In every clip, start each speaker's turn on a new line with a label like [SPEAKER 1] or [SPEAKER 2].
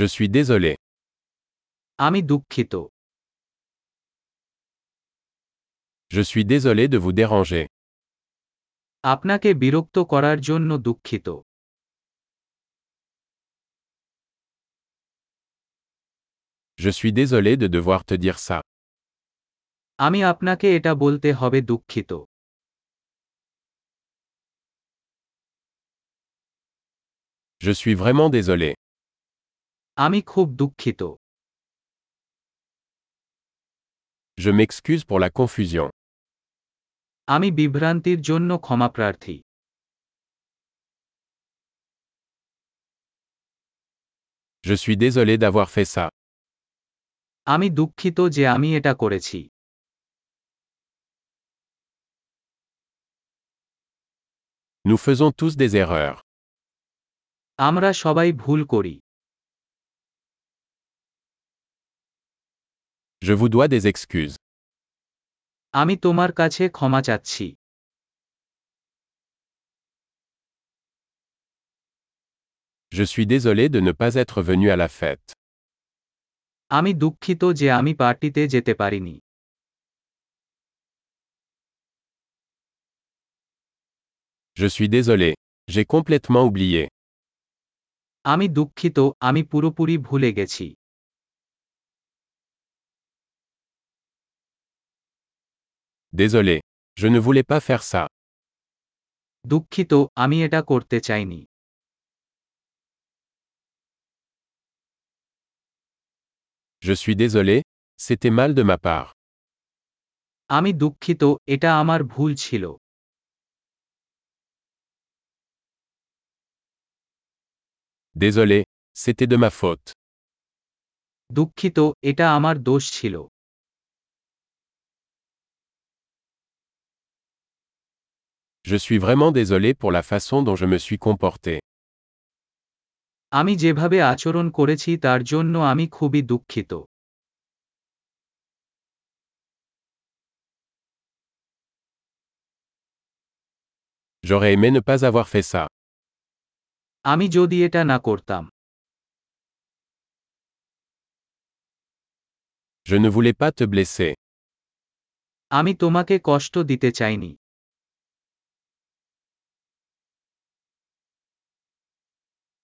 [SPEAKER 1] Je suis désolé.
[SPEAKER 2] আমি দুঃখিত
[SPEAKER 1] Je suis désolé de vous déranger.
[SPEAKER 2] আপনাকে বিরক্ত করার জন্য দুঃখিত
[SPEAKER 1] Je suis désolé de devoir te dire ça.
[SPEAKER 2] আমি আপনাকে এটা বলতে হবে দুঃখিত
[SPEAKER 1] Je suis vraiment désolé.
[SPEAKER 2] আমি খুব দুঃখিত
[SPEAKER 1] Je m'excuse pour la confusion.
[SPEAKER 2] আমি বিভ্রান্তির জন্য ক্ষমাপ্রার্থী
[SPEAKER 1] Je suis désolé d'avoir fait ça.
[SPEAKER 2] আমি দুঃখিত যে আমি এটা করেছি
[SPEAKER 1] Nous faisons tous des erreurs.
[SPEAKER 2] আমরা সবাই ভুল করি
[SPEAKER 1] Je vous dois des excuses.
[SPEAKER 2] আমি তোমার কাছে ক্ষমা চাচ্ছি
[SPEAKER 1] Je suis désolé de ne pas être venu à la fête.
[SPEAKER 2] আমি দুঃখিত যে আমি পার্টিতে যেতে পারিনি
[SPEAKER 1] Je suis désolé. J'ai complètement oublié.
[SPEAKER 2] আমি দুঃখিত আমি পুরোপুরি ভুলে গেছি
[SPEAKER 1] Désolé. Je ne voulais pas faire ça.
[SPEAKER 2] দুঃখিত আমি এটা করতে চাইনি
[SPEAKER 1] Je suis désolé. C'était mal de ma part.
[SPEAKER 2] আমি দুঃখিত এটা আমার ভুল ছিল
[SPEAKER 1] Désolé. C'était de ma faute.
[SPEAKER 2] দুঃখিত এটা আমার দোষ ছিল
[SPEAKER 1] Je suis vraiment désolé pour la façon dont je me suis comporté.
[SPEAKER 2] আমি যেভাবে আচরণ করেছি তার জন্য আমি খুবই দুঃখিত
[SPEAKER 1] J'aurais aimé ne pas avoir fait ça.
[SPEAKER 2] আমি যদি এটা না করতাম
[SPEAKER 1] Je ne voulais pas te blesser.
[SPEAKER 2] আমি তোমাকে কষ্ট দিতে চাইনি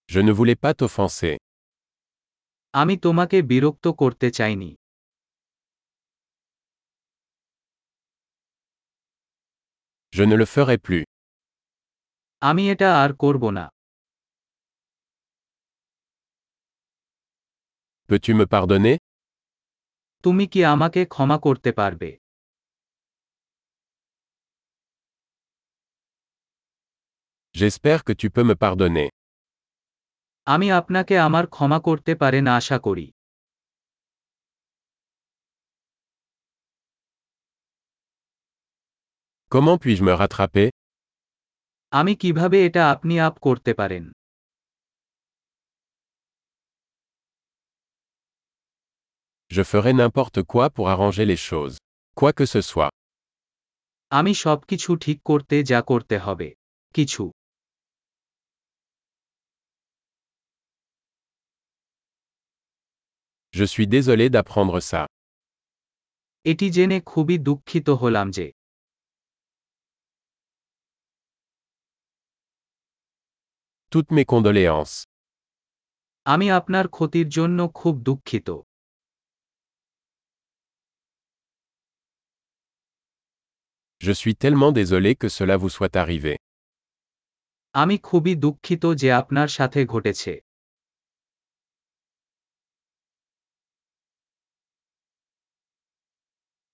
[SPEAKER 1] Je ne voulais pas t'offenser.
[SPEAKER 2] আমি তোমাকে বিরক্ত করতে চাইনি
[SPEAKER 1] Je ne le ferai plus.
[SPEAKER 2] আমি এটা আর করব না
[SPEAKER 1] Peux-tu me pardonner
[SPEAKER 2] তুমি কি আমাকে ক্ষমা করতে পারবে
[SPEAKER 1] J'espère que tu peux me pardonner.
[SPEAKER 2] আমি আপনাকে আমার ক্ষমা করতে পারেন আশা করি
[SPEAKER 1] Comment puis-je me rattraper
[SPEAKER 2] আমি কিভাবে এটা আপনি আপ করতে পারেন
[SPEAKER 1] Je ferai n'importe quoi pour arranger les choses. Quoi que ce soit.
[SPEAKER 2] আমি সবকিছু ঠিক করতে যা করতে হবে কিছু
[SPEAKER 1] Je suis désolé d'apprendre ça.
[SPEAKER 2] এটি জেনে খুবই দুঃখিত হলাম যে
[SPEAKER 1] Toutes mes condoléances.
[SPEAKER 2] আমি আপনার ক্ষতির জন্য খুব দুঃখিত
[SPEAKER 1] Je suis tellement désolé que cela vous soit arrivé.
[SPEAKER 2] আমি খুবই দুঃখিত যে আপনার সাথে ঘটেছে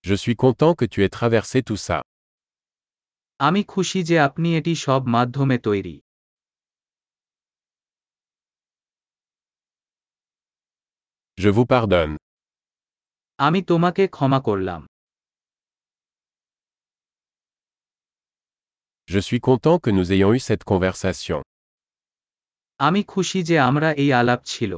[SPEAKER 1] Je suis content que tu aies traversé tout ça.
[SPEAKER 2] আমি খুশি যে আপনি এটি সব মাধ্যমে তৈরি
[SPEAKER 1] Je vous pardonne.
[SPEAKER 2] আমি তোমাকে ক্ষমা করলাম
[SPEAKER 1] Je suis content que nous ayons eu cette conversation.
[SPEAKER 2] আমি খুশি যে আমরা এই আলাপ ছিল